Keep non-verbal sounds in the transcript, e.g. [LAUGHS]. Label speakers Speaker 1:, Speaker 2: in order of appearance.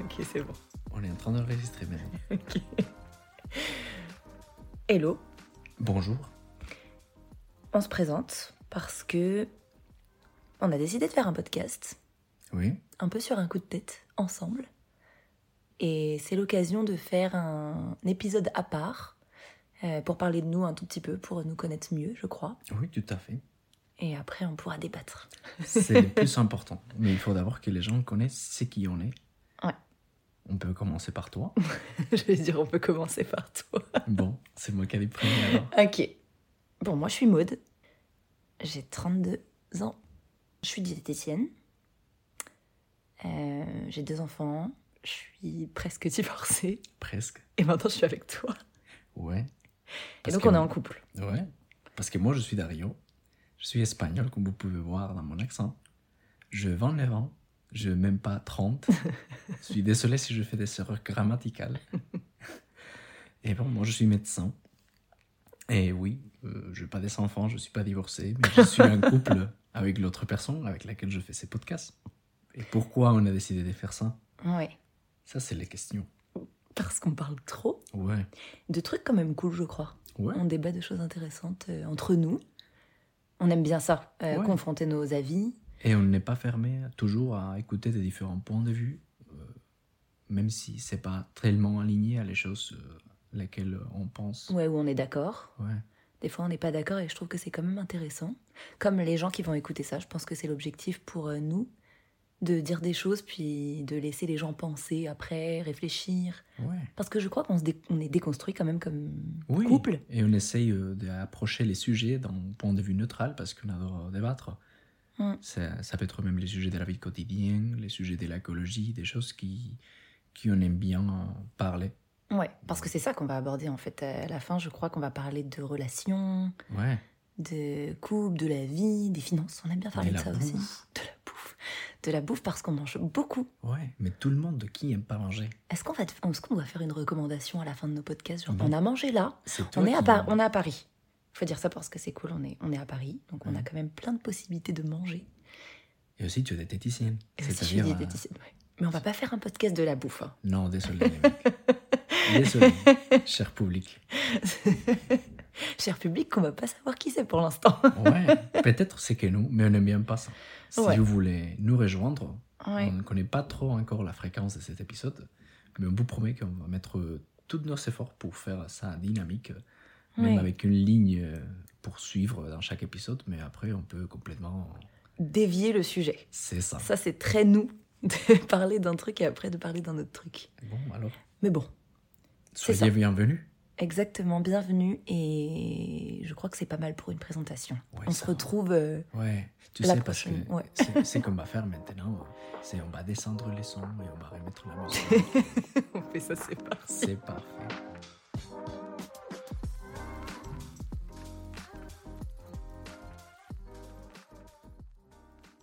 Speaker 1: Ok, c'est bon.
Speaker 2: On est en train d'enregistrer maintenant.
Speaker 1: Ok. Hello,
Speaker 2: Bonjour.
Speaker 1: on se présente parce que on a décidé de faire un podcast,
Speaker 2: Oui.
Speaker 1: un peu sur un coup de tête, ensemble. Et c'est l'occasion de faire un épisode à part euh, pour parler de nous un tout petit peu, pour nous connaître mieux, je crois.
Speaker 2: Oui, tout à [LAUGHS] fait.
Speaker 1: Et après, on pourra débattre.
Speaker 2: C'est le plus important. Mais il faut d'abord que les gens connaissent ce qui on est.
Speaker 1: Ouais.
Speaker 2: On peut commencer par [LAUGHS] toi.
Speaker 1: [LAUGHS] je vais dire, on peut commencer par toi.
Speaker 2: bon, c'est moi qui ai les premiers alors.
Speaker 1: Ok. Bon, moi je suis Maude. J'ai 32 ans. Je suis diététicienne. Euh, J'ai deux enfants. Je suis presque divorcée.
Speaker 2: Presque.
Speaker 1: Et maintenant je suis avec toi.
Speaker 2: Ouais.
Speaker 1: Et
Speaker 2: Parce
Speaker 1: donc
Speaker 2: que-
Speaker 1: on est en couple.
Speaker 2: Ouais. Parce que moi, je suis Dario. Je suis espagnol, comme vous pouvez voir dans mon accent. Je 29 ans. Je même pas 30. je suis désolé si je fais des erreurs grammaticales. Et bon, moi, je suis médecin. Et oui, euh, je n'ai pas des enfants, je ne suis pas divorcé, mais je suis en couple avec l'autre personne avec laquelle je fais ces podcasts. Et pourquoi on a décidé de faire ça
Speaker 1: Ouais.
Speaker 2: Ça, c'est les questions.
Speaker 1: Parce qu'on parle trop
Speaker 2: Ouais.
Speaker 1: de trucs quand même cool, je crois.
Speaker 2: Ouais.
Speaker 1: On débat de choses intéressantes euh, entre nous. On aime bien ça, euh,
Speaker 2: Ouais.
Speaker 1: confronter nos avis.
Speaker 2: Et on n'est pas fermé toujours à écouter des différents points de vue, euh, même si c'est pas tellement aligné à les choses euh, lesquelles on pense.
Speaker 1: Ouais, où on est d'accord.
Speaker 2: Ouais.
Speaker 1: Des fois, on n'est pas d'accord et je trouve que c'est quand même intéressant. Comme les gens qui vont écouter ça, je pense que c'est l'objectif pour euh, nous de dire des choses puis de laisser les gens penser après, réfléchir.
Speaker 2: Ouais.
Speaker 1: Parce que je crois qu'on se dé- on est déconstruit quand même comme
Speaker 2: Oui.
Speaker 1: couple.
Speaker 2: Et on essaye euh, d'approcher les sujets d'un point de vue neutral parce qu'on adore débattre.
Speaker 1: Mm.
Speaker 2: Ça, ça peut être même les sujets de la vie quotidienne, les sujets de l'écologie, des choses qui, qui on aime bien euh, parler.
Speaker 1: Ouais, parce que c'est ça qu'on va aborder en fait à la fin. Je crois qu'on va parler de relations,
Speaker 2: Ouais.
Speaker 1: de couple, de la vie, des finances. On aime bien parler
Speaker 2: De
Speaker 1: de,
Speaker 2: la
Speaker 1: ça aussi.
Speaker 2: bouffe.
Speaker 1: De la bouffe. De la bouffe parce qu'on mange beaucoup.
Speaker 2: Ouais. Mais tout le monde qui aime pas manger.
Speaker 1: Est-ce qu'on va, est-ce qu'on doit faire une recommandation à la fin de nos podcasts Genre,
Speaker 2: Ah Bon.
Speaker 1: on a mangé là,
Speaker 2: C'est toi
Speaker 1: On est, à
Speaker 2: qui-
Speaker 1: Par- on est à Paris. Faut dire ça parce que c'est cool, on est, on est à Paris, donc on a
Speaker 2: Ouais.
Speaker 1: quand même plein de possibilités de manger.
Speaker 2: Et aussi tu es diététicienne.
Speaker 1: Et aussi, je suis
Speaker 2: C'est-à-dire, euh,
Speaker 1: diététicienne, ouais. Mais on va pas faire un podcast de la bouffe.
Speaker 2: [LAUGHS]
Speaker 1: hein.
Speaker 2: Non, désolé, les mecs.
Speaker 1: [LAUGHS]
Speaker 2: Désolé, cher public.
Speaker 1: Cher public, qu'on va pas savoir qui c'est pour l'instant.
Speaker 2: Ouais, peut-être c'est que nous, mais on n'aime bien pas ça. Si
Speaker 1: Ouais.
Speaker 2: vous voulez nous rejoindre,
Speaker 1: Ouais.
Speaker 2: on ne connaît pas trop encore la fréquence de cet épisode, mais on vous promet qu'on va mettre euh, tous nos efforts pour faire ça dynamique, même
Speaker 1: Ouais.
Speaker 2: avec une ligne euh, pour suivre dans chaque épisode, mais après on peut complètement...
Speaker 1: Dévier le sujet.
Speaker 2: C'est ça.
Speaker 1: Ça, c'est très nous [LAUGHS] de parler d'un truc et après de parler d'un autre truc.
Speaker 2: Bon, alors,
Speaker 1: Mais bon, C'est
Speaker 2: soyez
Speaker 1: ça.
Speaker 2: bienvenus.
Speaker 1: exactement, bienvenue et je crois que c'est pas mal pour une présentation.
Speaker 2: Ouais,
Speaker 1: on
Speaker 2: ça
Speaker 1: se
Speaker 2: va.
Speaker 1: retrouve. euh,
Speaker 2: Ouais, tu
Speaker 1: La
Speaker 2: sais, parce que
Speaker 1: prochaine, ouais.
Speaker 2: c'est- c'est qu'on va faire maintenant, euh,
Speaker 1: [LAUGHS]
Speaker 2: c'est [LAUGHS] on va descendre les sons et on va remettre la musique.
Speaker 1: on fait ça, c'est parti.
Speaker 2: C'est parfait.